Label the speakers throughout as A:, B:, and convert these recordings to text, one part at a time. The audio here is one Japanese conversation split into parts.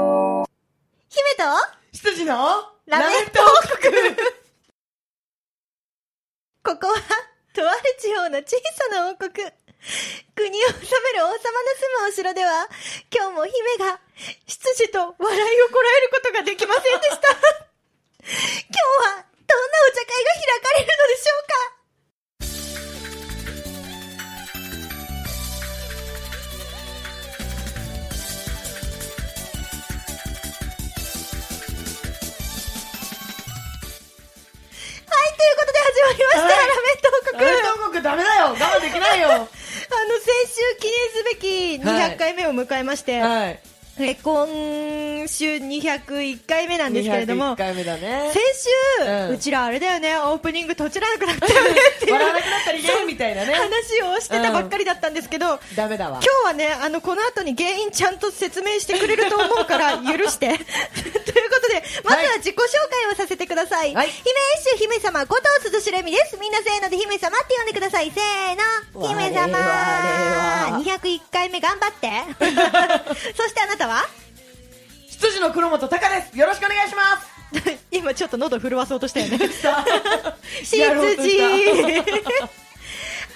A: 姫と
B: 羊の
A: ラメット
B: 王国
A: ここは、とある地方の小さな王国。国を治める王様の住むお城では、今日も姫が、執事と笑いをこらえることができませんでした。今日は、どんなお茶会が開かれるのでしょうかはい、ということで始まりました、ラメッ
B: はいラメ
A: ト王国。
B: ット王国ダメだよ我慢でき ないよ
A: あの、先週記念すべき
B: はい
A: 200回目を迎えまして、
B: はい。
A: え今週201回目なんですけれども
B: 201、回目だね
A: 先。週、う
B: うん
A: ちらあれだよね、オープニングとちらなくなったよねっていう
B: 笑わなくなったりね、みたいなね。
A: 話をしてたばっかりだったんですけど、
B: ダメだわ
A: 今。日はね、あの、この後に原因ちゃんと説明してくれると思う から、許して。 ということで、まずは自己紹介をさせてください。
B: はい
A: 姫一姫様、後藤涼しれみです。みんなせーので姫様って呼んでください。せーの、
B: 我々
A: 姫様
B: は
A: !201 回目頑張って。 そしてあなたは
B: 羊の黒本隆です。よろしくお願い します。
A: 今ちょっと喉震わそうとしたよね。
B: さあ
A: し
B: やろうと
A: つじ
B: した。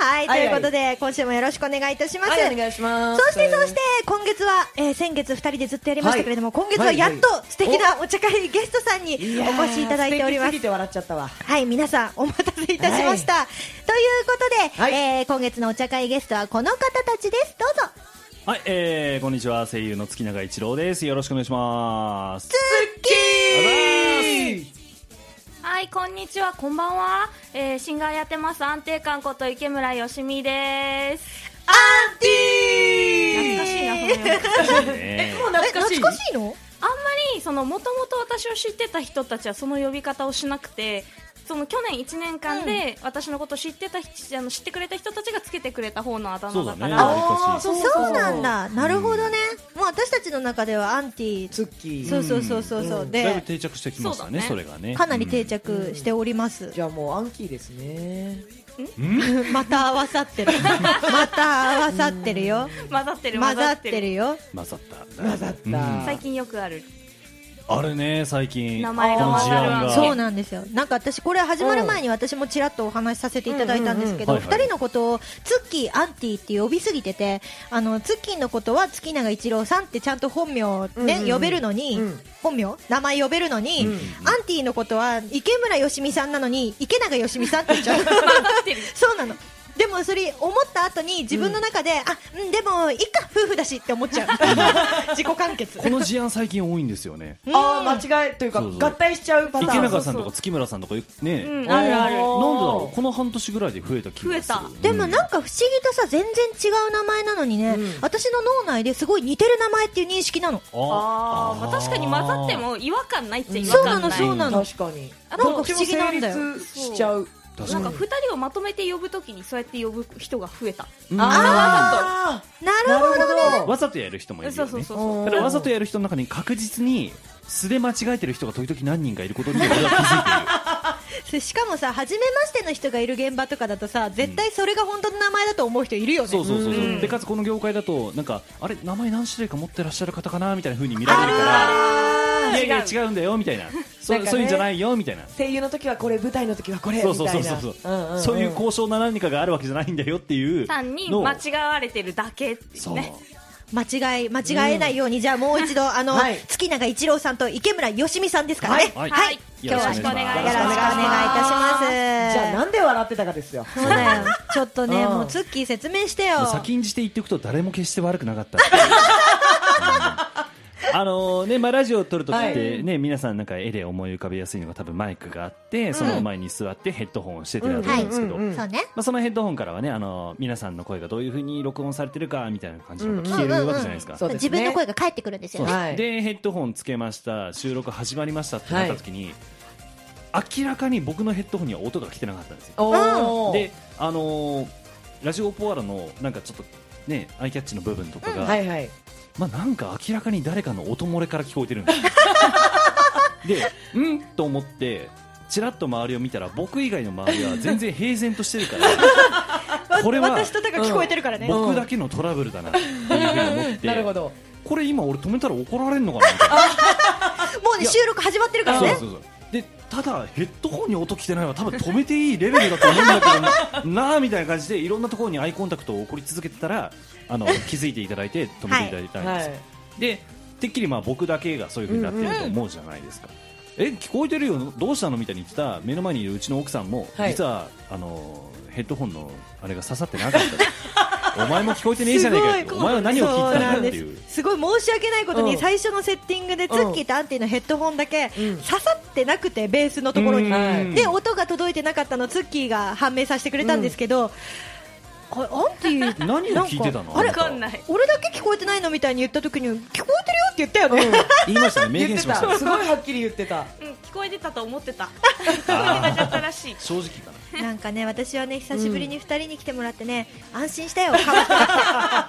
A: はい、と
B: はいいう
A: ことで、今週もよろしくお願いいたします。
B: はい、お願いします。
A: そして、そして、今月は、えー先月2人でずっとやりましたけれども、
B: はい
A: 今月はやっと素敵なお茶会にゲストさんに
B: いやー、
A: お越しいただいております
B: 素敵すぎ。て笑っちゃったわ。
A: はい、皆さんお待たせいたしました。ということで、
B: はい
A: えー今月のお茶会ゲストはこの方たちです。どうぞ。
C: はい、えー、こんにちは、声優の月永一郎です。よろしくお願いします。
B: スッキー
D: はい、こんにちは、こんばんは。えー、シンガーやってます、安定感こと池村よしみです。
B: アンティー
D: 懐かしいな、その役
C: ね
B: もう懐かしい。
A: 懐かしいの
D: あんまり、その、もともと私を知ってた人たちはその呼び方をしなくて、その去年1年間で私のことを知ってた人、あの知ってくれた人たちがつけてくれた方のあだ名だか
C: そうだ
D: ら
C: ね
B: あー
A: そうなん。だ。なるほどね。もう私たちの中ではアンティ
B: スッキー。
A: そうそうそうそうそう。
B: うん
C: だいぶ
A: で、
C: 定着してきましたね、そ
D: そうだね
C: れがね。
A: かなり定着しております。
B: じゃあもうアンキーですね。
A: また合わさってる。また合わさってるよ。
D: 混ざってる、
A: 混ざってるよ。
C: うん。混ざった。
B: 混ざった。
C: うん
D: 最近よくある。
C: あれね、最近。
D: 名前が
C: この事案
D: 混ざるわ
C: が。
A: そうなんですよなんか私これ始まる前に私もちらっとお話しさせていただいたんですけど
C: うん
A: 二
C: うんうんはいはい
A: 人のことをツッキーアンティって呼びすぎててあのツッキーのことは月永一郎さんってちゃんと本名
B: うんうん
A: ね
B: うん
A: 呼べるのに
B: うん
A: 本名名前呼べるのに
B: うん
A: アンティのことは池村よしみさんなのに池永よしみさんって言っちゃうそうなのでもそれ思った後に自分の中であうんでもいっか夫婦だしって思っちゃう自己完結
C: この事案最近多いんですよね。
B: あー、間違いというか、
C: そうそう
B: 合体しちゃうパターン。
C: 池永さんとか月村さんとか、ね、
D: う
C: なん
D: ん、あるあ
B: お
D: る。
B: ー
C: でだろう、この半年ぐらいで増えた気がする
D: 増
C: う
D: え。
C: ん
A: でもなんか不思議とさ全然違う名前なのにね、
B: うん
A: 私の脳内ですごい似てる名前っていう認識なの
D: あーまあ、確かに混ざって。
C: あ
D: も違和感ないっちゃ違
A: そ
D: 和
A: うなの
D: 感ない。
A: そうなの、
B: 確かに。
A: なんか不思議なんだよ
B: どっちも成立しちゃう。
C: ー
D: な
C: 確
D: ん
C: か
D: か
C: に。
D: 二人をまとめて呼ぶときにそうやって呼ぶ人が増えた。
C: うん
B: あ
A: なるほどね
B: なるほ
C: わざとやる人もいる
D: そ
C: よ
D: うそう
C: ね。
D: そう
B: ど。
D: そう
C: ただわざとやる人の中に確実に素で間違えてる人が時々何人かいることに俺は気づいている。
A: それしかもさ初めましての人がいる現場とかだとさ絶対それが本当の名前だと思う人いるよね、
C: そうそうそうそう、
D: うん
C: でかつこの業界だとなんかあれ名前何種類か持ってらっしゃる方かなみたいな風に見られるからいやいや違うんだよみたいなそ
B: な
C: う
B: か
C: ん
B: ね
C: そういうんじゃないよみたいな
B: 声優の時はこれ、舞台の時はこれ、みた
C: そ
B: いうな。
C: そうそうそうそ
B: んん
C: うんそういう交渉な何かがあるわけじゃないんだよっていう
D: 単に
C: のを
D: 間違われてるだけっていう
C: そう
D: ね。
A: 間違い間違えないように、じゃあもう一度あの、
B: はい
A: 月永一郎さんと池村よしみさんですからね
C: はい
D: はい
A: 今日はよろしくお願
D: いい
A: よろしくお願いいたします
B: じゃあなんで笑ってたかですよ。
A: そうだよちょっとね
B: うん
A: もうツッキー説明してよ
C: もう先んじて言っておくと誰も決して悪くな かったうんあのねまあ、ラジオを撮るときって、ね皆さんなんか絵で思い浮かべやすいのが多分マイクがあってその前に座ってヘッドホンをしててやると思うんですけど、
B: うんうんうん
A: そうね
C: まあ、そのヘッドホンからはねあの皆さんの声がどういうふうに録音されてるかみたいな感じのが聞けるわけじゃないですか。
B: そうです
A: 自
B: ね
A: 分の声が返ってくるんですよね
B: そうはい
C: でヘッドホンつけました収録始まりましたってなった時に、明らかに僕のヘッドホンには音が来てなかったんですよ。
B: おー
C: であのーラジオポアラのなんかちょっとねアイキャッチの部分とかが、
B: はいはい。
C: まあ、なんか明らかに誰かの音漏れから聞こえてるんです よでうんと思ってちらっと周りを見たら僕以外の周りは全然平然としてるから。
A: わ
C: これは
A: 私とたか聞こえてるからね、
B: うん
C: 僕だけのトラブルだなっていうふうに思って
B: なるほど
C: これ今俺止めたら怒られるのかなみたいな
A: もうね収録始まってるから
C: そう
A: ね
C: そうそうでただヘッドホンに音来てないのは多分止めていいレベルだと思うんだけどな なあみたいな感じでいろんなところにアイコンタクトを送り続けてたらあの気づいていただいて止めていただいたん
B: は
C: ですよ、
B: い
C: でてっきりまあ僕だけがそういう風になってると思うじゃないですか、え聞こえてるよどうしたのみたいに言ってた目の前にいるうちの奥さんも、
B: はい
C: 実はあのヘッドホンのあれが刺さってなかったお前も聞こえてねえじゃねえかよお前は何を聞いてたんだって
A: そう
C: い
A: な
C: うん
A: ですすごい申し訳ないこと
B: う
A: に
B: ん
A: 最初のセッティングでツッキーとアンティのヘッドホンだけ
B: うん
A: 刺さってなくてベースのところに
C: うん
A: で音が届いてなかったのツッキーが判明させてくれたんですけど、あれアンティ
C: 何を聞いてたの
A: あれ
D: わかんない
A: 俺だけ聞こえてないのみたいに言った時に聞こえてるよって言ったよね、
C: 言いましたね明
B: 言
C: 言
B: っ
C: してました
B: た
C: ね
B: すごいはっきり言って た
D: うん、聞こえてたと思ってた聞こえてた らしい
C: 正直かな
A: なんかね私はね久しぶりに二人に来てもらってね、安心したよ変わっ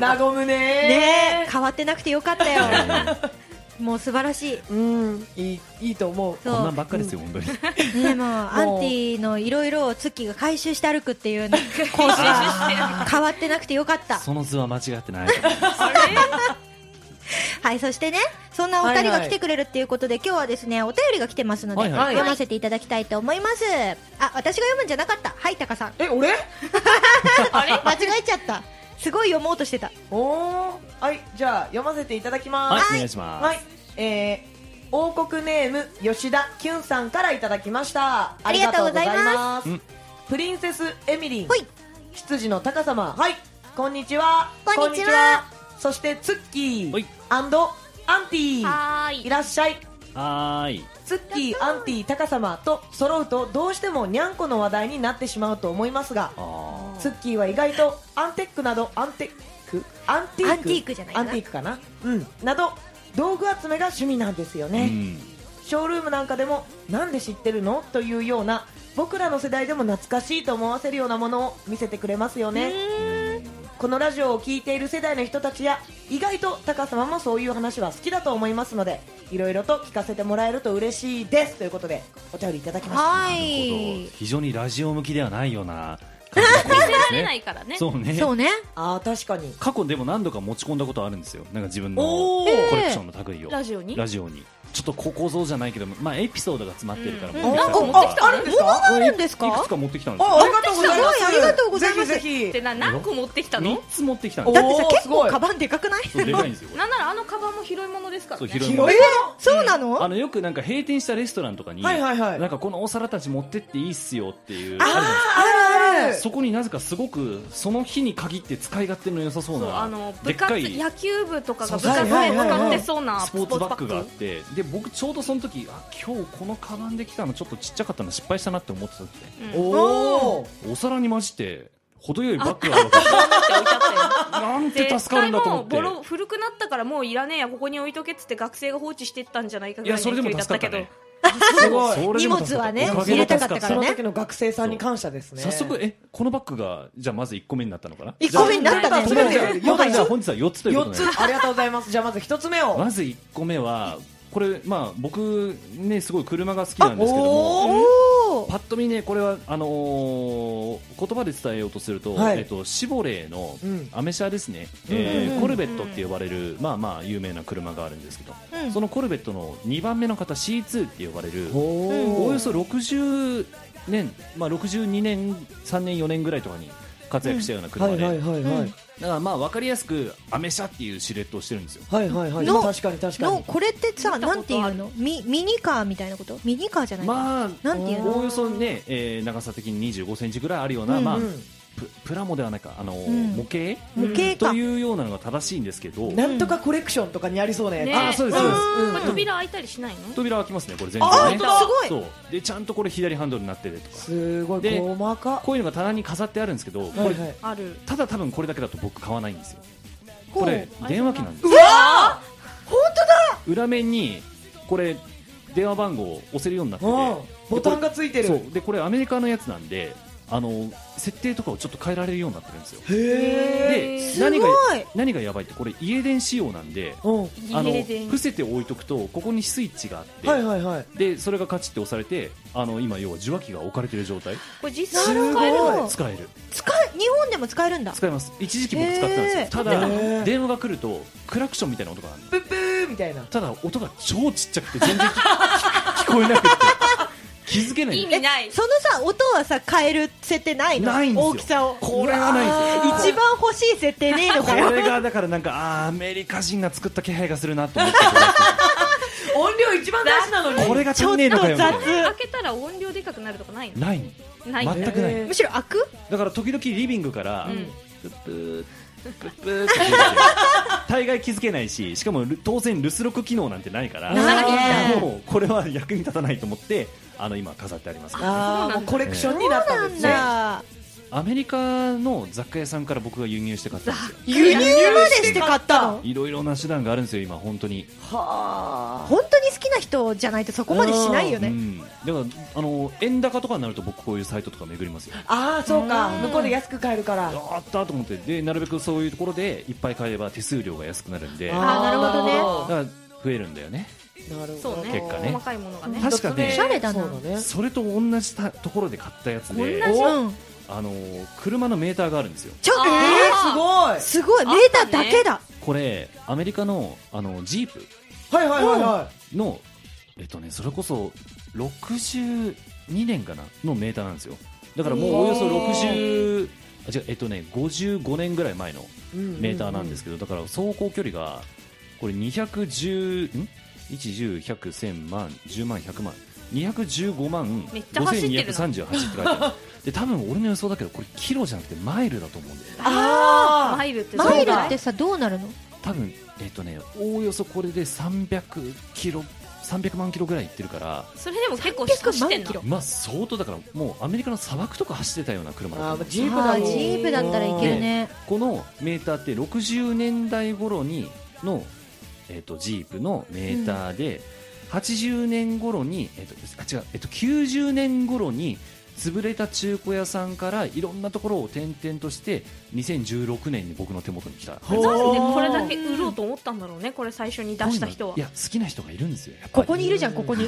B: 和むね
A: ね変わってなくてよかったよもう素晴らしい
B: うんいいいいと思う
A: そ
C: こんな
A: うん
C: ばっかですよ、本当に。
A: ねもうアンティのいろいろをツッキーが回収して歩くっていうねコースが変わってなくてよかった
C: その図は間違ってない。
D: あれ
A: はい、そしてね、そんなお二人が来てくれるっていうことで、今日はですね、お便りが来てますので、
C: はいはい
A: 読ませていただきたいと思います。あ、私が読むんじゃなかった。はい、タカさん。
B: え俺
D: あれ
A: 間違えちゃった。すごい読もうとしてた。
B: おおはいじゃあ読ませていただきます
C: はい、お願いします。
B: はい、えー、王国ネーム吉田きゅんさんからいただきました
A: ありがとうございます
B: ありがとうございま
C: うん
B: すプリンセスエミリン
A: ほい。
B: 執事の高様はいこんにちは
A: こんにちは
B: そしてツッキ
C: ほい
B: ーアンドアンティー
D: はいーい
B: らっしゃい
C: はーい。
B: ツッキーアンティー高様と揃うとどうしてもにゃんこの話題になってしまうと思いますが
C: あ
B: ツッキーは意外とアンテックなどアンテックアンティーク
A: アンティークじゃないか
B: ア
A: な
B: ンティークかなうんなど道具集めが趣味なんですよ
C: ー
B: ね、
C: うん
B: ショールームなんかでもなんで知ってるのというような僕らの世代でも懐かしいと思わせるようなものを見せてくれますよねこのラジオを聴いている世代の人たちや意外と高様もそういう話は好きだと思いますのでいろいろと聞かせてもらえると嬉しいですということでお便りいただきました
A: は
C: なるほ
A: い
C: ど。非常にラジオ向きではないような感じ
D: 見
C: の
D: せ
C: 声です
D: られな
C: ね。
D: いからね
C: そうね。
A: そうね。
B: あー確かに
C: 過去でも何度か持ち込んだことあるんですよ。なんか自分の
B: お
C: コ
B: ー
C: レクションの類を。
D: ラジオに
C: ラジオに。ちょっとここぞじゃないけど、まあエピソードが詰まってるから
D: うん
C: 持ってきた
A: うんな
C: ん
A: ん
C: で
A: か
C: す
A: 持
C: よ
A: ってきたのああるんですか物があるんですか
C: いくつか持ってきたんですよ。
B: あありがとうございます
A: すごいありがとうございます
B: ぜひぜ
D: って
B: ひ
D: な何個持ってきた
C: 三
D: の
C: つ持ってきたん
A: だ
C: で
A: ってさ
B: お、ー
A: 結
B: すご
A: 構
B: い
A: カバンでかくない
C: すよ。そうでかいんですよ。これ
D: なんならあのカバンも拾い物ですから
C: そう
D: ね
C: 広い
B: 広い
C: も
B: も
C: の。
A: そうなの
C: あのよくなんか閉店したレストランとかに、
B: はいはいはい
C: なんかこのお皿たち持ってっていいっすよっていう。
B: あ
C: るじゃないですか
B: あるある
C: そこになぜかすごくその日に限って使い勝手の良さそう
D: そう
C: な
D: あの
C: で
D: 部
C: っか
D: 活
C: い
D: 野球部とかが部
B: そう
D: 活
B: そう
D: で
B: はいはい
D: 使
B: は
D: っ
B: い
D: てそうな
C: スポーツバッグがあっ
D: スポ
C: てで僕ちょうどその時あ今日このカバンできたのちょっとちっちゃかったの失敗したなって思ってた時で
D: ーツバッグうん
B: おお
C: お皿に混じって程よいバッグがあるわけですよ
D: って置いてあったよ
C: なんて
D: 絶
C: 助かる
D: 対
C: んだと
D: も
C: 思
D: う
C: っ
D: ボロ
C: て
D: 古くなったからもういらねえやここに置いとけっつって学生が放置してったんじゃないか
C: い
D: ぐら
C: や
D: い
C: そ
D: の
C: れで
D: 勢
C: も
D: いだった
C: 助か
D: け
C: っ
D: ど
C: たね
B: す ごい
C: それでも助かった
A: 荷物はね
C: おかげで
B: 入れた
A: かったか
B: そ
A: ら
B: の
A: ね
B: 時の学生さんに感謝ですね
C: 早速えこのバッグがじゃあまず1個目になったのかな
A: 一個目になった
B: じゃあ
A: ね。
B: それ
C: じ
B: で
C: ゃあ
B: よ
C: まだじゃあ本日は4つということ
B: 4
C: で
B: つありがとうございますじゃあまず1つ目を
C: まず1個目はこれまあ僕ねすごい車が好きなんですけども
B: おー
A: おー。
C: パッと見ね、これはあのー言葉で伝えようとすると、
B: はい
C: えっと、シボレーの
B: うん
C: アメ車ですね、
B: うん
C: え
B: うんう
C: ー
B: ん
C: コルベットって呼ばれる、まあまあ有名な車があるんですけど、
A: うん
C: そのコルベットの2番目の方 C2 って呼ばれるお
B: お
C: よそ60年、まあ、62年3年4年ぐらいとかに活躍したような車
B: は
C: で、
B: いはいはいはい、
A: うん
C: だからまあ分かりやすくアメ車っていうシルエットをしてるんですよ
B: はいはいはい
A: の
B: 確かに確か
A: の、
B: に
A: これってさ、
D: 見た
A: な
D: ことある
A: んていうのミミニカーみたいなことミニカーじゃないか。
C: まあ
A: なんていうの
C: おおよそね、えー長さ的に2 5センチぐらいあるような、
A: うん
C: まあ
B: うん
C: ププラモではないかあのー、
A: うん
C: 模型
A: 模型
C: と
A: か。
C: いうようなのが正しいんですけど
B: なんとかコレクションとかにありそうなやつ、
D: ね
C: あそうですそうです
D: うんこれ
B: うん
D: 扉開いたりしないの
C: 扉開きますねこれ全
B: あ
C: 然
B: 本
C: ね
B: 当だす
A: ごい
C: そうでちゃんとこれ左ハンドルになっててとか
B: すごい
C: で
B: 細か
C: こういうのが棚に飾ってあるんですけどこ
B: はい
C: れ
B: はい
D: ある
C: ただ多分これだけだと僕買わないんですよ
A: ほう
C: これ
D: あ
C: 電話機なんです
A: うわー本当だ
C: 裏面にこれ電話番号を押せるようになって
B: うん
C: て
B: ボタンがついて
C: そ
B: る
C: うでこれアメリカのやつなんであの設定とかをちょっと変えられるようになってるんですよ。
B: へえ。
A: ご
C: で
A: い
C: 何が何がやばいってこれ家電仕様なんで
B: うん。は
C: あの
D: 家電
C: 伏せて置いとくとここにスイッチがあって、
B: いはいはい。
C: でそれがカチッて押されてあの今要は受話器が置かれてる状態
D: これ実
A: な
D: 際
A: る
D: 使える
A: ほど
C: 使える
A: 使え日本でも使えるんだ
C: 使えます一時期僕使ってたんです
A: へ
C: よ
A: ー
C: た
B: 使って
C: だ
B: た
C: 電話が来るとクラクションみたいな音があるの
B: プップーみたいな。
C: ただ音が超ちっちゃくて全然聞聞こえ なくて気づけない
D: 意味ない
A: そのさ音はさ変える設定ないの
C: ないんですよ
A: 大きさを
C: これがないんです
A: 一
C: よ
A: 番欲しい設定ねえの
C: こ
A: かよ
C: れがだからなんかあーアメリカ人が作った気配がするなと思って
B: 音量一番大事なのに。
C: これが足んねえのかよみたい
A: ちょっと
D: 開けたら音量でかくなるとかないの
C: なないの
D: ない
C: 全くない
B: へー
A: むしろ開く
C: だから時々リビングから、
D: うん
C: プップープップーって聞いてて大概気づけないししかも当然留守録機能なんてないから
A: ない
C: いやもうこれは役に立たないと思ってあの今飾ってあります
B: ああ、もうコレクションになったんですね。
A: な
C: アメリカの雑貨屋さんから僕が輸入して買ったんですよ
A: 輸入までして買ったの
C: いろいろな手段があるんですよ今本当に
B: は
A: 本当に好きな人じゃないとそこまでしないよ
C: う
A: ね
C: んだからあの円高とかになると僕こういうサイトとか巡りますよ
B: あ。ああ、そうか。向こうで安く買えるから。
C: やったと思ってでなるべくそういうところでいっぱい買えば手数料が安くなるんでだ
A: あーなるほどね
B: ね。
C: から増えるんだよね
B: なるほど。
D: そうね
C: 結果ね
D: 細かいものがね
C: 確かね
B: お
C: お
A: しゃれだな
C: それと同じたところで買ったやつで
D: 同じ
A: うん
C: あの車のメーターがあるんですよ
A: ちょ
D: あ
A: えー
D: ー
B: すごい。
A: すごいメーターだけだ
C: これアメリカのあのジープ
B: はいはいはいは
C: のえっとねそれこそ62年かなのメーターなんですよだからもうおよそ60あ違うえっとね55年ぐらい前の
B: い。うん
C: メーターなんですけど、だから走行距離がこれ210ん1 0 1 0 0万10万100万215万
D: めっちゃ走ってるな
C: 5238って書いてあるで多分俺の予想だけどこれキロじゃなくてマイルだと思うんだよね
B: あ
D: マイルって
A: マイル
D: そう
A: っ
D: だ
A: てさどうなるの
C: 多分えっとねおおよそこれで300キロ300万キロぐらい行ってるから
D: それでも結構走ってん
A: 300万キロ
D: の
C: まあ相当だからもうアメリカの砂漠とか走ってたような車
B: ー
C: だと
B: あ
C: 思う
B: ー。ジープ
A: あ
B: だ
A: ー
B: もん
A: ジープだったらいけるね
C: このメーターって60年代頃にの、えー、とジープのメーターで、80年頃に、えーとあ違うえー、と90年頃に潰れた中古屋さんからいろんなところを転々として2016年に僕の手元に来た
B: ほう
D: なんでこれだけ売ろうと思ったんだろうねこれ最初に出した人はい
C: や好きな人がいるんですよやっぱ
A: こ
C: り
A: こにいるじゃんここに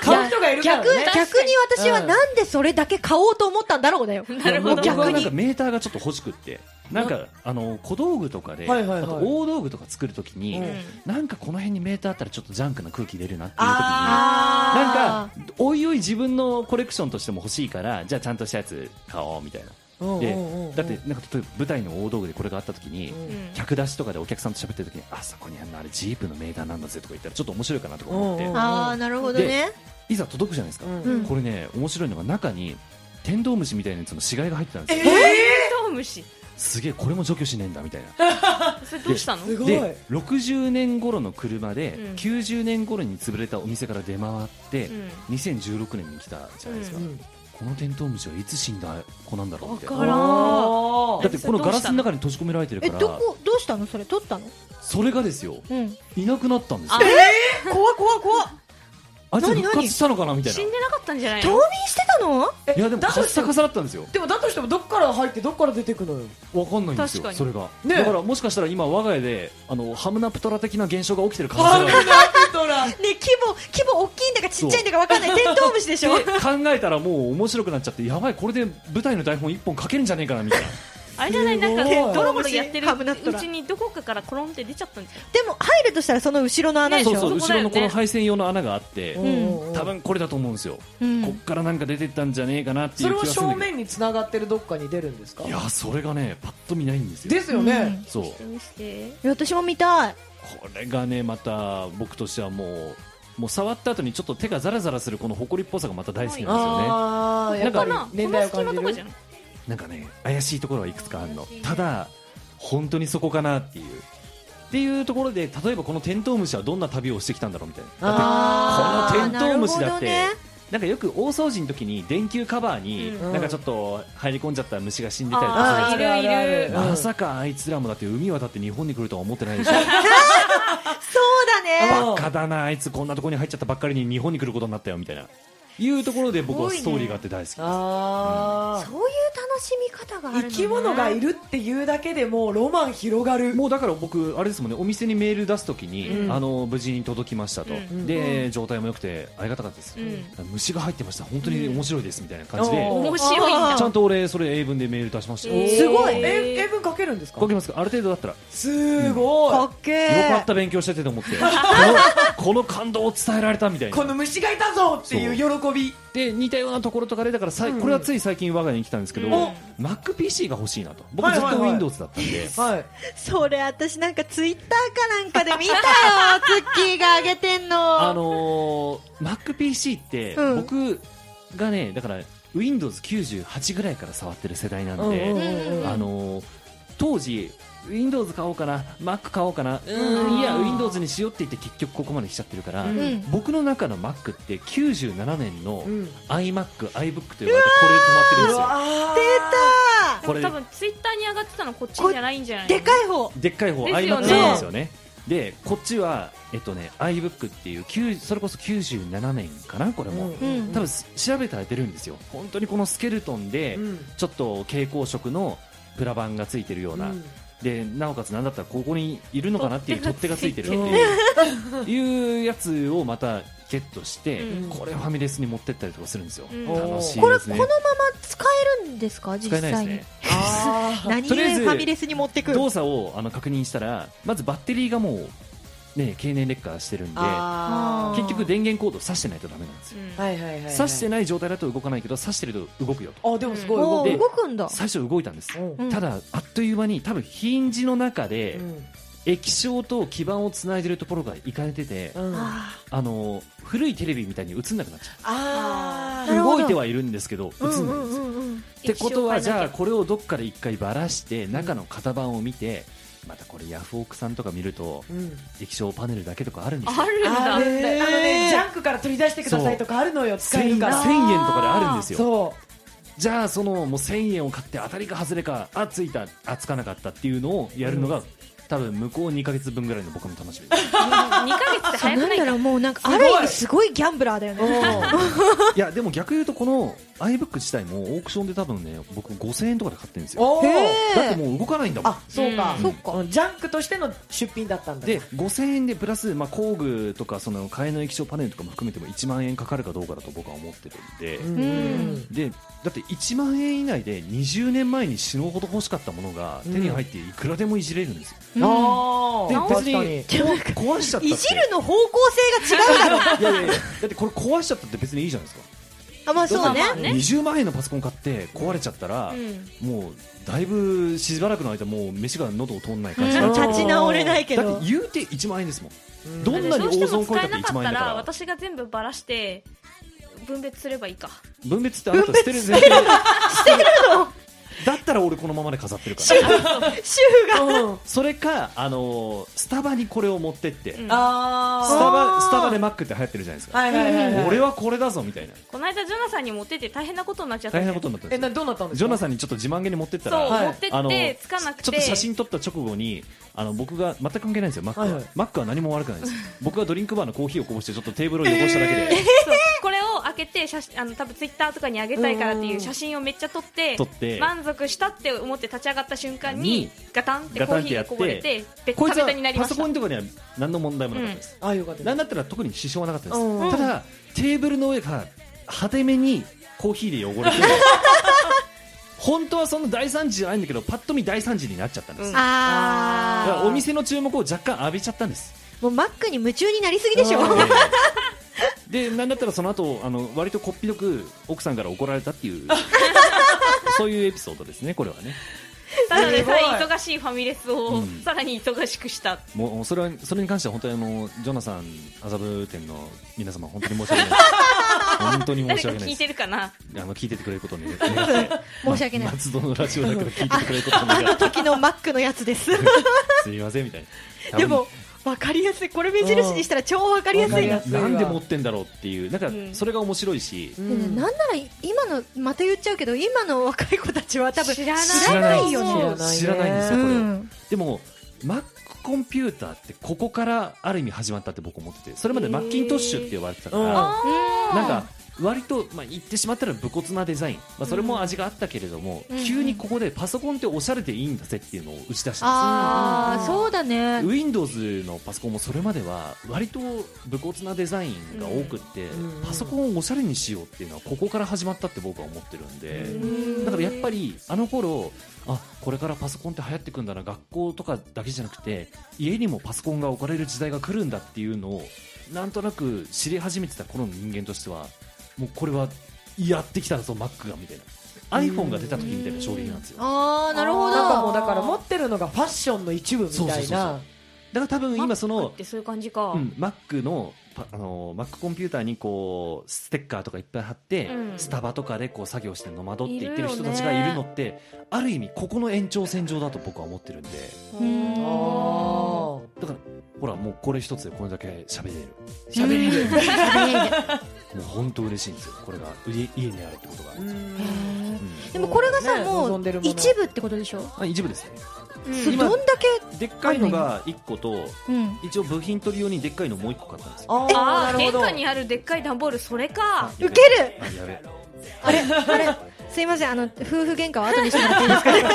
B: 買う人がいるから
A: 逆
B: ね。
A: 逆に私はなんでそれだけ買おうと思ったんだろうだよ
D: なるほど
C: 僕は
A: 逆
C: なん
A: に
C: かメーターがちょっと欲しくってなんかあの小道具とかで、
B: はいはいはい
C: あと大道具とか作るときに、
B: うん
C: なんかこの辺にメーターあったらちょっとジャンクな空気出るなっていう時にな
A: あ
C: んかおいおい自分のコレクションとしても欲しいからじゃあちゃんとしたやつ買おうみたいな
B: うん
C: で
B: うんうん
C: だってなんか例えば舞台の大道具でこれがあった時に
B: うん
D: うん
C: 客出しとかでお客さんと喋ってる時にあそこにあんのあれジープのメーターなんだぜとか言ったらちょっと面白いかなとか思って
B: うんうん
A: あーなるほどね
C: いざ届くじゃないですか
B: うん
C: これね面白いのが中にテンドウムシみたいなやつの死骸が入ってたんです
B: え
C: よ
D: テントウムシ
C: すげえこれも除去しねえんだみたいな
D: それどうしたの
B: ーすごい。
C: で60年頃の車で
D: うん
C: 90年頃に潰れたお店から出回って
D: うん
C: 2016年に来たじゃないですか
B: うん
C: このテントウムシはいつ死んだ子なんだろうって
D: わ
B: あ
D: からら
B: ー
C: だってこのガラスの中に閉じ込められてる
A: え
C: から
A: どこどうしたのそれ取ったの
C: それがですよ
A: うん
C: いなくなったんですよ
D: あ
B: 怖っ怖っ怖っ
C: あいつ
A: 何
C: 復活したのかなみたいな
D: 死んでなかったんじゃない
A: 冬
D: の
A: 眠してたの
B: え
C: いやでも
B: だ
C: カ
B: と
C: ッ
B: して
C: サ
B: も
C: カサだったんですよ
B: でもだとしてもどっから入ってどっから出てくのよ
C: わかんないんです
D: 確か
C: よ
D: に
C: それが
B: ね
C: だからもしかしたら今我が家であのハムナプトラ的な現象が起きてる可
B: ハム
C: 能性が ある
B: ナプトラ
A: ね規模規模大きいんだかちっちゃいんだかわかんないテントウムシでしょ
C: 考えたらもう面白くなっちゃってやばいこれで舞台の台本一本書けるんじゃねえかなみたいな
D: あれじゃないなんか
B: すごい
D: ドロドロやってる
A: 危なった
D: う
A: ら
D: ちにどこかからコロンって出ちゃったんじゃない
A: でも入るとしたらその後ろの穴でしょ、
C: そうそう
D: そこ
C: 後
D: だ
C: ろ
D: よ
C: の
D: ね
C: この配線用の穴があって
B: うん
C: 多分これだと思うんですよ
A: うん
C: こっからなんか出てったんじゃねえかなってい
B: そうれ
C: 気
B: は
C: がす
B: 正
C: るんだけ
B: 面に繋がってるどっかに出るんですか
C: どいやそれがねパッと見ないんですよ
B: ですよね
C: そう
D: してみし
A: い
D: て
A: や私も見たい
C: これがねまた僕としてはもうもう触った後にちょっと手がザラザラするこの埃っぽさがまた大好きなんですよね
B: ああや
D: こ
B: っ
D: こ
B: ぱ
D: か
B: り
D: なこ
B: 年
D: の
B: 代を
D: 隙間と
B: 感
D: か
B: じ
D: じゃ
B: る
D: ない
C: なんかね怪しいところはいくつかあるのただ本当にそこかなっていうっていうところで例えばこのテントウムシはどんな旅をしてきたんだろうみたいなだって
B: あー
C: このテントウムシだって
A: なる
C: なんかよく大掃除の時に電球カバーに
D: うん
C: なんかちょっと入り込んじゃった虫が死んでたりと
D: あ
C: か
D: ー
C: するじゃないです
B: あ
C: か
B: あ
D: いるいる
B: あるある
C: まさかあいつらもだって海渡って日本に来るとは思ってないでしょ
A: ほどねそうだね
B: あ
C: バカだなあいつこんなとこに入っちゃったばっかりに日本に来ることになったよみたいないうところで僕はストーリーがあって大好きです。
B: あ
A: そ
B: ー
A: ういう楽しみ方があるの、ね、
B: 生き物がいるっていうだけでもうロマン広がる
C: もうだから僕、あれですもんねお店にメール出すときに、
B: うん
C: あの無事に届きましたと、
B: ん
C: で状態も良くてありがたかったです、
D: うん
C: 虫が入ってました、本当に面白いですみたいな感じで、
B: おー
D: 面白いんだ
C: ちゃんと俺、それ英文でメール出しましたよ、
D: えー
B: すごい
D: えー
B: え英文書けるんですか
C: 書けますか、ある程度だったら、
B: すごい、
A: かっけー
C: よかった、勉強しててと思って、このこの 感動を伝えられたみたいな。
B: この虫がいたぞっていう喜び
C: で似たようなところとかでだからさい、
B: うんうん
C: これはつい最近我が家に来たんですけど、
D: うん
C: MacPC が欲しいなと僕
B: はい
C: ずっ
B: はいはい
C: と Windows だったんで、
B: はい
A: それ私なんかツイッターかなんかで見たよツッキーが上げてんの
C: あのー、MacPC って
A: うん
C: 僕がねだから Windows98 ぐらいから触ってる世代なんで、
B: うんうんうん
C: あのー当時 Windows 買おうかな Mac 買おうかなうーんいや Windows にしようって言って結局ここまで来ちゃってるから、
B: うん
A: うん
C: 僕の中の Mac って97年の
B: うん
C: iMac、iBook というこれで止まってるんで
B: う
C: すよ
B: わー
C: これ
D: 多分ツイッターに上がってたのこっちじゃないんじゃないの
A: でかい方
C: でっかい方
D: ですよ
C: iMac
D: ね
C: なんですよね。でこっちはえっとね iBook っていう9それこそ97年かなこれも、
B: うん
A: うん
C: 多分す調べたら出るんですよ。本当にこのスケルトンで、
B: うん
C: ちょっと蛍光色のプラ板がついてるような、
B: うん
C: でなおかつなんだったらここにいるのかなっていう取
D: 取
C: っ手が
D: っ手が
C: つ
D: つ
C: い
D: い
C: て
D: て
C: る
D: る
C: っていういうやつをまたゲットして、
D: うん
C: これファミレスに持ってったりとかするんですよ、
D: うん
C: 楽しい
A: これ
C: で
A: こ
C: す
A: の
C: ね
A: まま使えるんですか実
C: 使えな
A: 際
C: い
A: に、
C: ですね
B: あ
A: 何
C: とりあえ
A: 故
C: ず
A: ファミレスに持ってく
C: 動作をあの確認したらまずバッテリーがもう、ね、経年劣化してるんで
B: あ
A: ー
C: 結局電源コードを挿してないとダメなんですよ、
D: うん
B: ーはいはいはいはい
C: 挿してない状態だと動かないけど挿してると動くよと
B: あでもすごい
A: お
B: 動
A: ー
B: く
C: で
A: 動くんだ
C: 最初動いたんです、
B: うん
A: うん
C: ただあっという間に多分ヒンジの中で液晶と基板をつないでるところがいかれてて、
B: うんあ
A: あ
C: あの古いテレビみたいに映んなくなっちゃ
B: あ
A: ー
B: ー
A: なる
C: う
A: ほど
C: 動いてはいるんですけど映
A: ー
C: んないんですよ、
A: うんうんうんうん
C: ってことは
D: 液
C: じ
D: 晶を変えなきゃ
C: ゃあこれをどっかで一回ばらして中の型番を見てまたこれヤフオクさんとか見ると
B: うん
C: 液晶パネルだけとかあるんですよ
D: あるんだ
B: あるんだよあのね
A: えー
B: ジャンクから取り出してくださいとかあるのよ使え
C: 1000
B: る
C: 円と
B: から
C: かであるんですよ
B: そ
C: じゃあそのもう1000円を買って当たりか外れかあついたあつかなかったっていうのをやるのが、多分向こう2ヶ月分ぐらいの僕の楽しみです
D: 2ヶ月って
A: そう
D: 早く
A: な
D: なんい
A: だ
D: か
A: ろうもうなんか
B: すごい
A: ある意味すごいギャンブラーだよ
B: うう
A: ね
B: ん
C: いやでも逆言うとこの iBook 自体もオークションで多分ね僕5000円とかで買ってるんですよ
B: おー
A: へー
C: だってもう動かないんだもん
B: あそうか
D: うん
A: そっか
B: うんジャンクとしての出品だったんだ
C: で5000円でプラス、まあ、工具とかその替えの液晶パネルとかも含めても1万円かかるかどうかだと僕は思ってるんで、
B: うんうん
C: でだって1万円以内で20年前に死ぬほど欲しかったものが手に入っていくらでもいじれるんですよ、
B: うんあ
C: で
B: ー確
C: 別
B: か
C: に
B: に
C: こ壊しちゃったって
A: いじるの方向性が違う だろ
C: いやいやいやだってこれ壊しちゃったって別にいいじゃないですか
A: あまあそうね
D: まあね
C: 20万円のパソコン買って壊れちゃったら、
D: うん
C: もうだいぶしばらくの間もう飯が喉を通んない感じに
A: う
C: なっ
A: ん
C: ちゃう、
A: 立ち直れないけ
C: だっ
A: ど
C: て言うて1万円ですもん
B: うん
C: どんなに
D: どうしても
C: 大損こ
D: 使えな
C: いたって
D: か
C: 1
D: っ
C: 万
D: た
C: 円だからら
D: 私が全部ばらして分別すればいいか
C: 分別ってあなた捨てる捨てる
A: の
C: だったら俺このままで飾ってるから
A: 主婦が
B: うん
C: それか、あのースタバにこれを持ってって、
D: うん
B: あー
C: スタ
A: あ
C: バ
A: ー
C: スタバでマックって流行ってるじゃないですか、
B: はいはいはいはい
C: 俺はこれだぞみたいな
D: この間ジョナさんに持ってって大変なことになっちゃった
C: 大
D: じゃ
C: 変な
D: ん
C: ことになったんで
B: え
C: すよ
B: などうなったんですか
C: ジョナさんにちょっと自慢げに持ってったら、
D: そう、
B: はい
D: 持って
C: あ
D: っ
C: の
D: てつかなくて
C: ちょっと写真撮った直後にあの僕が全く関係ないんですよマックは、
B: はいはい
C: マックは何も悪くない です僕がドリンクバーのコーヒーをこぼしてちょっとテーブルを汚しただけで、
D: そうこれを開けて写真あの多分ツイッターとかに上げたいからっていう写真をめっちゃ撮って
C: 撮って
D: 満足したって思って立ち上がった瞬間
C: に
D: にガタンって
C: ガ
D: コ
C: タン
D: ー
C: っ
D: ヒ
C: て
D: ー
C: やって
D: がこぼれてベッ
C: こい
D: タ
C: つは
D: ベタになり
C: パ
D: まし
C: ソ
D: た
C: コンとかには何の問題もなかったです、
B: あーよかった
C: なん
B: で
C: だったら特に支障はなかったです、
B: うん
C: ただテーブルの上が派手めにコーヒーで汚れ て本当はそんな大惨事じゃないんだけどパッと見大惨事になっちゃったんです、
D: うん
C: だか
A: あ
C: ら
A: ー
C: お店の注目を若干浴びちゃったんです
A: もうマックに夢中になりすぎでしょ
C: え えでなんだったらその後あの割とこっぴどく奥さんから怒られたっ ていうそういうエピソードですねこれはね
D: ただでさ
B: す
D: え忙しいファミレスを
C: うん
D: さらに忙しくした、
C: もうそれはそれに関しては本当にあのジョナサン麻布店の皆様本当に申し訳な いです本当に申
D: 誰
C: し
D: か
C: 訳ない
D: 聞
C: で
D: い
C: す
D: てるかな
C: あの聞いててくれることに願って
A: 申し訳ない
C: ま松戸のラジオだから聞いててくれることに願 って
A: 時のマックのやつ です
C: すみませんみたいな
A: でも分かりやすいこれ目印にしたら超分かりやす
B: わ
A: い
B: かり
A: な
B: や
C: な
B: す
C: なんで持ってんだろうっていうなんか
D: うん
C: それが面白いし、
A: でねなんなら今のまた言っちゃうけど今の若い子たちは多分
D: 知らない
A: 知らないよ
D: 知ら
A: ね
C: 知らないんです
A: う
C: よこれ、
A: ん
C: でも Mac コンピューターってここからある意味始まったって僕思っててそれまで
D: へー
C: マッキントッシュって呼ばれてたか
B: うん
C: ら、
D: あー
C: なんか割と、まあ、言ってしまったら武骨なデザイン、まあ、それも味があったけれども、
A: うん
C: 急にここでパソコンっておしゃれでいいんだぜっていうのを打ち出したん
A: あ
D: う
A: あ
D: ん
A: そうだ
C: で
A: ね
C: す Windows のパソコンもそれまでは割と武骨なデザインが多くって、
B: うん
C: パソコンをおしゃれにしようっていうのはここから始まったって僕は思ってるんで、
D: うん
C: だからやっぱりあの頃あこれからパソコンって流行ってくんだな学校とかだけじゃなくて家にもパソコンが置かれる時代が来るんだっていうのをなんとなく知り始めてた頃の人間としてはもうこれはやってきたぞ Mac がみたいな iPhone が出た時みたいな衝撃なんですよだか
A: ああなるほ
B: なんかも
A: ど
B: うだから持ってるのがファッションの一部みた
C: そう
B: い
C: そうそう
B: な
C: ら多分今そ
D: マッ
C: の
D: クってそういう感じか、
C: うん、Mac のパあの Mac コンピューターにこうステッカーとかいっぱい貼って、
D: うん
C: スタバとかでこう作業してノマドって言ってる
A: いるよ
C: 人
A: ね
C: たちがいるのって、ある意味ここの延長線上だと僕は思ってるんで
A: うん
B: あー
C: だからほらもうこれ一つでこれだけ喋れる
A: 喋れる
C: もう本当嬉しいんですよこれが家家にあるってことが、
B: う
C: うん
B: ん
A: でもこれがさ
B: ね
A: も
B: 望んでる
A: う
B: もの
A: 一部ってことでしょ
C: あ一部ですね
A: す
C: 今
A: どんだ
C: でっかいのが1個と
A: けうん
C: 一応部品取り用にでっかいのもう1個買ったんですよ
B: あ
D: あ
B: あな
D: あ
B: る
D: 玄
B: ほど
D: 関にあるでっかい段ボールそれか
A: ウケる
C: あやべ
A: あれあれすいませんあの夫婦喧嘩は後にしてもらっていいですか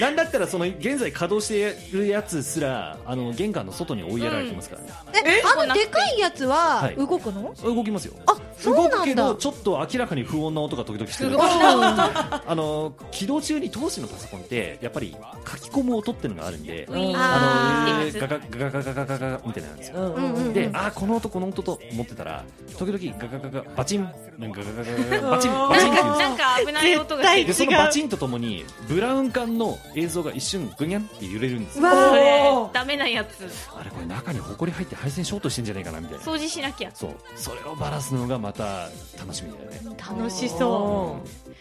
C: なんだったらその現在稼働してるやつすらあの玄関の外に追いやられてますからね、
A: えあのでかいやつは
C: はい
A: 動くの
C: 動きますよ
A: あそうなんだ
C: 動くけどちょっと明らかに不穏な音が時々してるあの起動中に当時のパソコンってやっぱり書き込む音ってのがあるんで
D: ウィーン
A: あ
C: あ
D: ー
C: のガガガガガガガガガみたいなのなんですよ
B: うんうん
A: うん
C: で、あーこの音この音と思ってたら時々ガガガガバチンなんかガガガガガバチン
B: うん
C: バチンって言うん
D: な
C: で
D: んか危ない音が
C: すよで
A: 絶対
C: そ
A: 違う
C: のバチンとともにブラウン管の映像が一瞬グニャンって揺れるんですよ
A: わ
D: そ
A: あ
D: れ
B: おー
D: ダメなやつ
C: あれこれ中にホコリ入って配線ショートしてんじゃないかなみたいな
D: 掃除しなきゃ
C: そうそれをバラすのがまた楽しみだよね
A: 楽し
B: お
A: そ
B: ー
A: う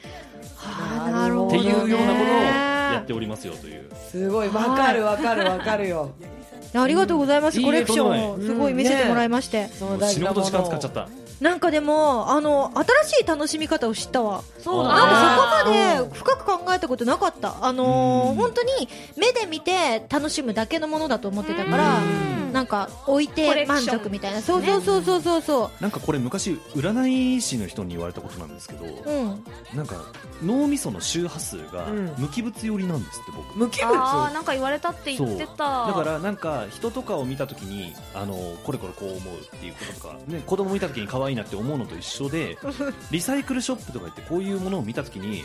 A: あーなるほ
C: っ
A: ど
C: て
A: ね
C: いうようなことをやっておりますよという
B: すごいわかるわかるわかるよ
A: ありがとうございます
C: いい
A: コ
C: ね
A: レクションをすごい見せてもらいまして
B: そ
C: も
B: の
C: う
B: 大事
C: 死ぬ
B: な
C: ほ
B: もの
C: ど
B: を
C: 時間使っちゃった
A: なんかでもあの新しい楽しみ方を知ったわ
C: そうだね
A: なんかそこまで深く考えたことなかったあの
C: う
A: ー
C: ん
A: 本当に目で見て楽しむだけのものだと思ってたから
D: うん
A: なんか置い
D: コ
A: て
D: レク
A: 満
D: ション
A: 足みたいなそうそうそうそうそうそ
C: なんかこれ昔占い師の人に言われたことなんですけど、
A: ううん
C: なんか脳みその周波数が
B: うん
C: 無機物寄りなんですって僕、
B: 無機
D: あ
B: 物
D: ーなんか言われたって言ってた
C: だからなんか人とかを見た時にあのこれこれこう思うっていうこととか、ね、子供見た時に可愛いなって思うのと一緒でリサイクルショップとか行ってこういうものを見た時に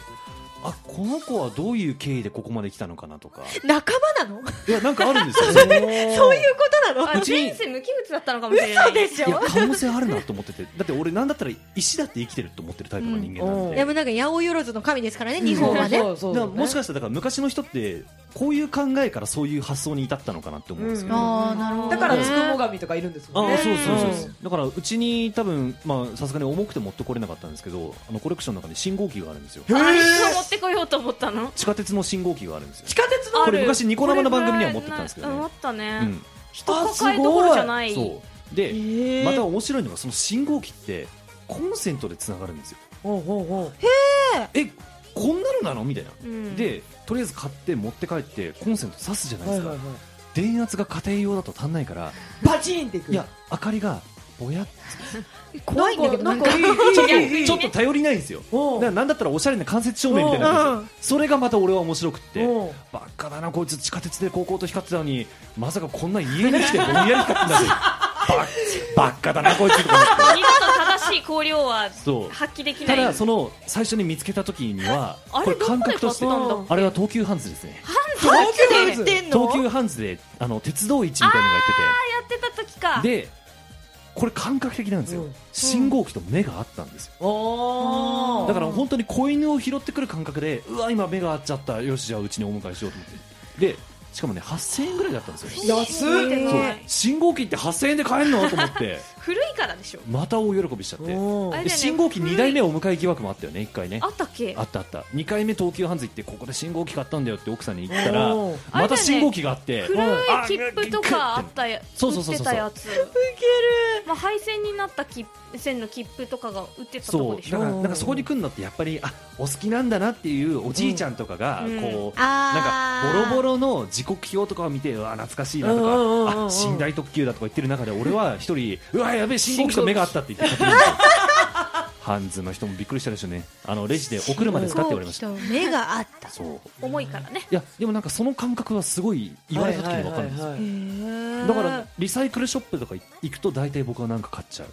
C: あこの子はどういう経緯でここまで来たのかなとか
A: 仲間なの
C: いやなんかある んですよね
A: そういうことなの
D: あ
C: うち
D: 前世無機物だったのかもしれない
A: 嘘でし
C: いや
A: ょ
C: 可能性あるなと思っててだって俺なんだったら石だって生きてると思ってるタイプの人間なん
B: うん
A: いや
C: で、
A: もうなんか八百万の神ですからね日本はね
B: そうそう
C: だ
B: そ
C: から
B: う
C: もしかしたらだから昔の人ってこういう考えからそういう発想に至ったのかなって思うんですけど、
B: うん
A: あーなるほどね
B: だからつくも神とかいるんですもん
C: ああ
B: ね
C: そうそうそうそう
B: う
C: だからうちに多分まあさすがに重くて持ってこれなかったんですけどあのコレクションの中に信号機があるんですよ
D: あれ一応持ってこようと思ったの
C: 地下鉄の信号機があるんですよ
B: 地下鉄の
D: あ
C: こ
D: る
C: れ昔ニコ生の番組には持ってったんですけど
D: これぐらいな
C: ね
D: 持ったね、
C: うん
D: 人抱えどころじゃない
C: そうで
B: え
C: また面白いのがその信号機ってコンセントでつながるんですよ
B: ほうほうほ
C: えこんなのなのみたいな
D: うん
C: でとりあえず買って持って帰ってコンセント挿すじゃな
B: う
C: いで
B: はいは
C: すか、
B: いはい
C: 電圧が家庭用だと足んないから
B: パチンっていく
C: いや明かりがぼやっ
A: 怖いんだけど
B: なんか
A: なん
B: いいいいいい
C: ちょっと頼りないんですよ
B: お
C: だ
B: う
C: からなんだったらおしゃれな間接照明みたいな
A: うんんうん
C: ですよそれがまた俺は面白くって
B: おう
C: バッカだなこいつ地下鉄で高校と光ってたのにまさかこんな家に来てぼんやり光ってたんだぜバッバッカだなこいつとか思って
D: 二度と正しい香料は
C: そう
D: 発揮できな
C: た
D: い
C: だその最初に見つけた時には
D: あれ
C: これ感覚として
D: どこで買っ
B: ん
D: た
C: あれは東急ハンズですね
B: 東京
A: 何
B: ハ
A: や
B: ン
A: っ
B: ズ
A: てんの
C: 東急ハンズであの鉄道市みたいなのがやってて
D: やってた時か
C: でこれ感覚的なんですよ、
B: うん
C: 信号機と目が合ったんですよ、
B: おー
C: だから本当に子犬を拾ってくる感覚でうわ今目が合っちゃったよしじゃあうちにお迎えしようと思ってでしかもね8000円ぐらいだったんですよ
B: 安い
D: 覚えて
A: そ
C: そう
D: ない
C: 信号機って8000円で買えるのと思って
D: 古いからでしょ
C: また大喜びしちゃってで
B: おう
D: あれだよね
C: 信号機2台目お迎え疑惑もあったよね1回ね
D: あったっけ
C: あったあった2回目東急ハンズ行ってここで信号機買ったんだよって奥さんに言ったら
B: おー
D: あ
C: ま
D: れだよ
C: た
D: ね
C: 信号機があって
D: 古い切符とかあったや
C: そうそうそうそう
D: 売ってたやつウケるまあ廃線になった切符線の切符とかが売ってたとこ
C: そ
D: で
C: う
D: し
C: だ
D: ょ
C: から
B: うん
C: なんかそこに来るのってやっぱりあお好きなんだなっていうおじいちゃんとかが
D: うん
C: こう、
A: あー
C: なんかボロボロの時刻表とかを見てうわ懐かしいなと
B: うんうんうんうん
C: かあ寝台特急だとか言ってる中で俺は一人うわやべえ信号機と目があったって言って ハンズの人もびっくりしたでしょうねあのレジでお車ですかって言われました
A: 飛行機と目があった。
C: そう
D: 重いからね
C: いやでもなんかその感覚はすごい言われた時に分かるんですよ
B: はいはいはいはい
C: だ
A: だ
C: からリサイクルショップとか行くと大体僕はなんか買っちゃう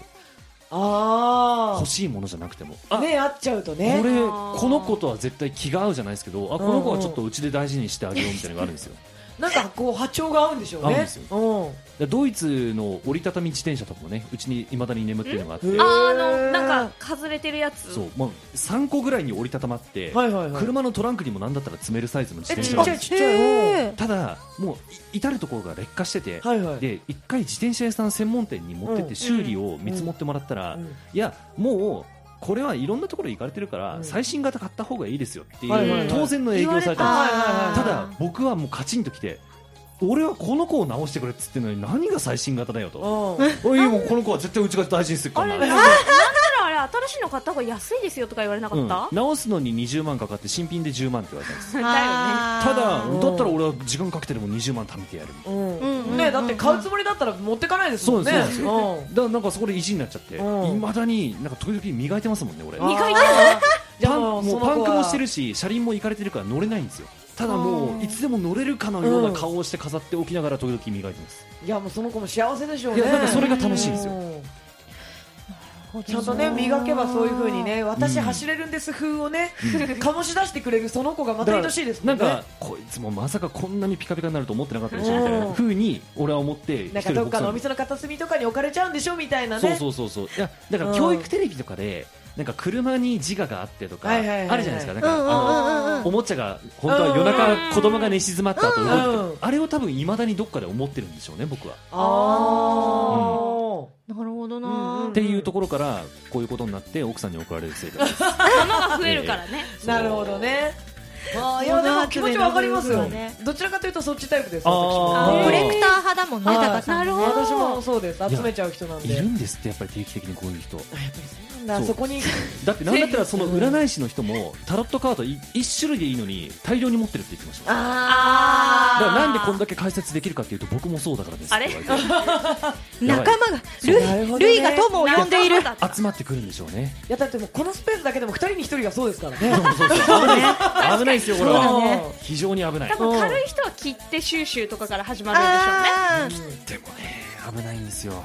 B: あ
C: 欲しいものじゃなくても
B: あ
C: あ
B: ねあっちゃうと
C: こ
B: ね
C: れ
D: あー
C: この子とは絶対気が合うじゃないですけどあこの子はちょっとうちで大事にしてあげようみたいなのがあるんですよ
B: なんかこう波長が合うんでしょうね
C: 合うんです
B: よ、
C: でドイツの折りたたみ自転車とかもねうちにいまだに眠ってるのがあって
B: うんへー
D: あのなんか外れてるやつ
C: そう、まあ、3個ぐらいに折りたたまって、
B: うん、はいはいはい
C: 車のトランクにもなんだったら詰めるサイズの自
B: え
C: 転
B: ち
C: 車
B: っ
C: があ
B: ち
C: る
B: ゃ
C: ん
B: い
C: ですよ
B: ちっちゃいうん
C: ただもうい至る所が劣化してて、
B: はいはい
C: で一回自転車屋さん専門店に持ってっ
B: うん
C: て修理を見積もってもらったら、
B: うん
C: いやもうこれはいろんなところ行かれてるから、
B: うん
C: 最新型買った方がいいですよっていう、
B: はい
D: はいはい
C: 当然の営業され
B: 言わ
C: たん
B: れ
C: で
B: た
C: すただ僕はもうカチンときて俺はこの子を直してくれっつってんのに何が最新型だよと
B: うん
C: おいもうこの子は絶対うちが大事にするか
D: あれ
C: ら
D: なんな
C: な
D: らあれ新しいの買った方が安いですよとか言われなか
C: うん
D: った、
C: 直すのに20万かかって新品で10万って言われたんです
D: だよね
A: あ
C: ただだ
B: うん
C: ったら俺は時間かけてでも20万貯めてやるみたい
B: うん
D: うんうん
B: ねだって買うつもりだったら持ってかないですもんね
C: そうです
B: うん
C: なだからなんかそこで意地になっちゃってい
B: うん
C: まだになんか時々磨いてますもんね俺
B: あー
D: 二回行った
B: じゃ
C: パ
B: あ
C: ン
B: もう
C: も
B: そうの
C: パ
B: 子
C: ンクもして
B: る
C: るし車輪もいかれてるから乗れないんですよただもういつでも乗れるかのような顔をして飾っておきながら時々磨いてます、
B: いやもうその子も幸せでしょうね
C: いやなんかそれが楽しいんですよ
B: よちゃんとね磨けばそういう風にね私走れるんです風をね醸し出してくれるその子がまた愛しいですも
C: なんん
B: ね
C: かこいつもまさかこんなにピカピカになると思ってなかったでしょ
B: うん
C: みたいな風に俺は思って
B: なん
C: 一人
B: か
C: で
B: どっ
C: ボク
B: か
C: サ
B: の
C: ー
B: お店の片隅とかに置かれちゃうんでしょみたいなね
C: そうそうそうそういやだから教育テレビとかでなんか車に自我があってとか
B: は
C: あ
B: い
C: る
B: はい
C: じ
B: はいはい
C: ゃないですかなん
A: う
C: か
A: んう
C: あの
A: んうんうん
C: おもちゃが本当は夜
D: うん
C: 中子供が寝静まった後
B: うん
C: 動
B: うん
C: くとあれを多分いまだにどっかで思ってるんでしょうね僕は。
B: あ
A: なるほど
B: うんう
A: なん
C: っていうところからこういうことになって奥さんに怒られる生活です。
D: 物が増えるからね、
B: あなるほどねあーいやでも気持ちわかりますよどちらかというとそっちタイプです私も
C: あー
A: コレクター派だもんね、
B: はい
A: 高さん。
D: なるほど
B: 私もそうです集めちゃう人なんで
C: いるんですってやっぱり定期的にこういう人。
B: あやっぱりそうなんだ
C: そう
B: そこに
C: だってなんだったらその占い師の人もタロットカードい一種類でいいのに大量に持ってるって言ってました。だから
D: あ
C: なんでこんだけ解説できるかっていうと僕もそうだからですって言われて
A: 仲間が、
B: うなるほど
A: ルイ、ルイ
B: ね
A: が友を呼んでいる。
D: だ
C: 集まってくるんでしょうね。
B: いやだってもうこのスペースだけでも2人に1人がそうですからね。
C: そうそう危ないです危ないですよこ
B: そ
C: れ
B: うだ
C: は
B: ね
C: 非常に危ない
D: 多。分軽い人は切手収集とかから始まるんで
A: あー
C: でもね危ないんですよ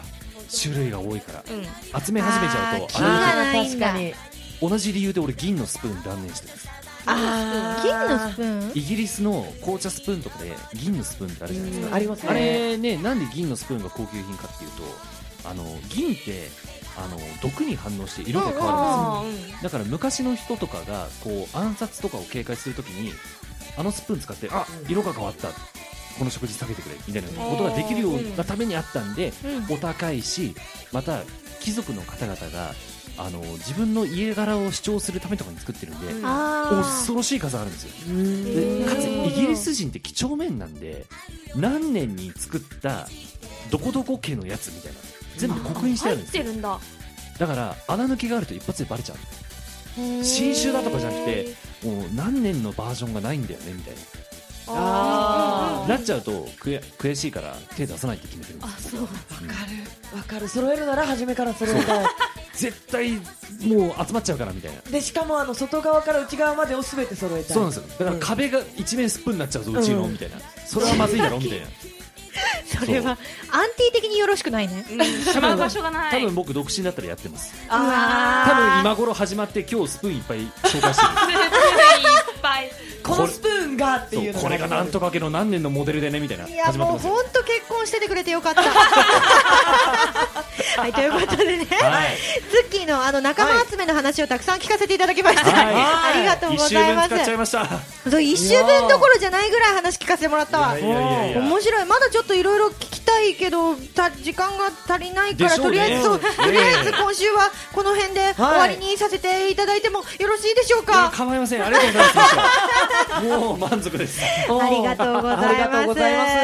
C: 種類が多いから
D: しょうね、
C: 集め始めちゃう
A: あー
C: と
A: 金
C: あ
A: が
B: あ
A: ない
B: ー
A: ん
B: 確
A: だ
B: かに。
C: れ同じ理由で俺銀のスプーン断念してます
B: あ
A: 金のスプーン
C: イギリスの紅茶スプーンとかで銀のスプーンってあるじゃないです
B: ー
C: か、
B: ンあります
C: あ
B: ね。
C: れねなんで銀のスプーンが高級品かっていうとあの銀ってあの毒に反応して色が変
D: うん、
C: わ
D: あーうん
C: るんですよだから昔の人とかがこう暗殺とかを警戒するときにあのスプーン使ってあ色が変わったこの食事下げてくれみたいなことができるようなためにあったんで
A: うん
C: お高いしまた貴族の方々があの自分の家柄を主張するためとかに作ってるんで、
D: うん
A: あー
C: 恐ろしい数あるんですよ
B: うー
C: で
B: ん
C: かつ
A: へー
C: イギリス人って几帳面なんで何年に作ったどこどこ家のやつみたいな全部刻印してあるんです
D: 入
C: よ
D: ってるんだ
C: だから穴抜きがあると一発でバレちゃう新種だとかじゃなくてもう何年のバージョンがないんだよねみたい
B: あー
D: あ
C: ななっちゃうと悔悔しいから手出さないって決めてるんです
D: あそう
B: わかるわかる揃えるなら初めから揃えたい。
C: 絶対もう集まっちゃうからみたいな
B: でしかもあの外側から内側までをすべて揃えたい。
C: そうなんですよだから壁が一面スプーンになっちゃうぞうちの
B: うん
C: みたいなそれはまずいだ ろみたいな
A: それは、アンティ的によろしくないね。
D: うんしまう場所がな
C: 多
D: い
C: 分僕独身だったらやってます
B: あ
C: 多分今頃始まって今日スプーンいっぱい紹介してる
D: すごいいっぱ
B: ー
D: い
B: このスプーンが っていうの
C: そうこれがなんとかけの何年のモデルでねみたいない
A: や
C: 始まって
A: もう
C: ますよ
A: 本当結婚しててくれてよか った。はいということでね、
C: はい
A: ズッキーのあの仲間集めの話をたくさん聞かせていただきました。
C: はい
A: ありがとうご
C: 一週
A: ざい
C: 分
A: ま
C: 使っちゃい
A: す。
C: ました
A: そう一週分どころじゃないぐらい話聞かせてもらったわ。
C: いやいやいや
A: 面白い。まだちょっといろいろ聞きたいけど、た時間が足りないから、
C: でしょ
A: と
C: うね
A: りあえずそう、と
C: ええ
A: りあえず今週はこの辺で終わりにさせていただいてもよろしいでしょうか。
C: 構いませんありがとうございますもう満足です
A: ありがとうございます
B: ありがとうございます。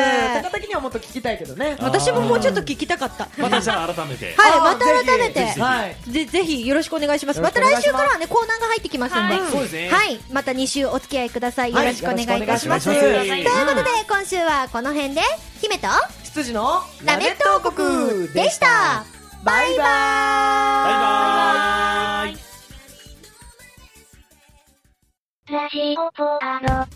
B: 高田的にはもっと聞きたいけどね。
C: あ
A: 私ももうちょっと聞きたかった。
C: またじゃあ改めて
A: はい、ま
B: あー
A: た改めて
B: ぜひ。はい。
A: ぜぜひよろしくお願いします。
B: よろ
A: ま
B: しく
A: た
B: お願い
A: 来週
B: します
A: からはね、コーナーが入ってきますんで。
C: はいそうですね
A: はい、また2週お付き合いください。よ
B: はい
A: ろしくお願いいたします。
B: よ
A: と
B: ろ
A: い
B: し
A: う
B: く
A: こ
B: お
A: と
B: 願
A: で
B: いします
A: 今週はこの辺で、姫と
B: 羊の
A: ラメット王国でした。
B: バイバイ。
C: バイバーイ
E: ラジオポカロ。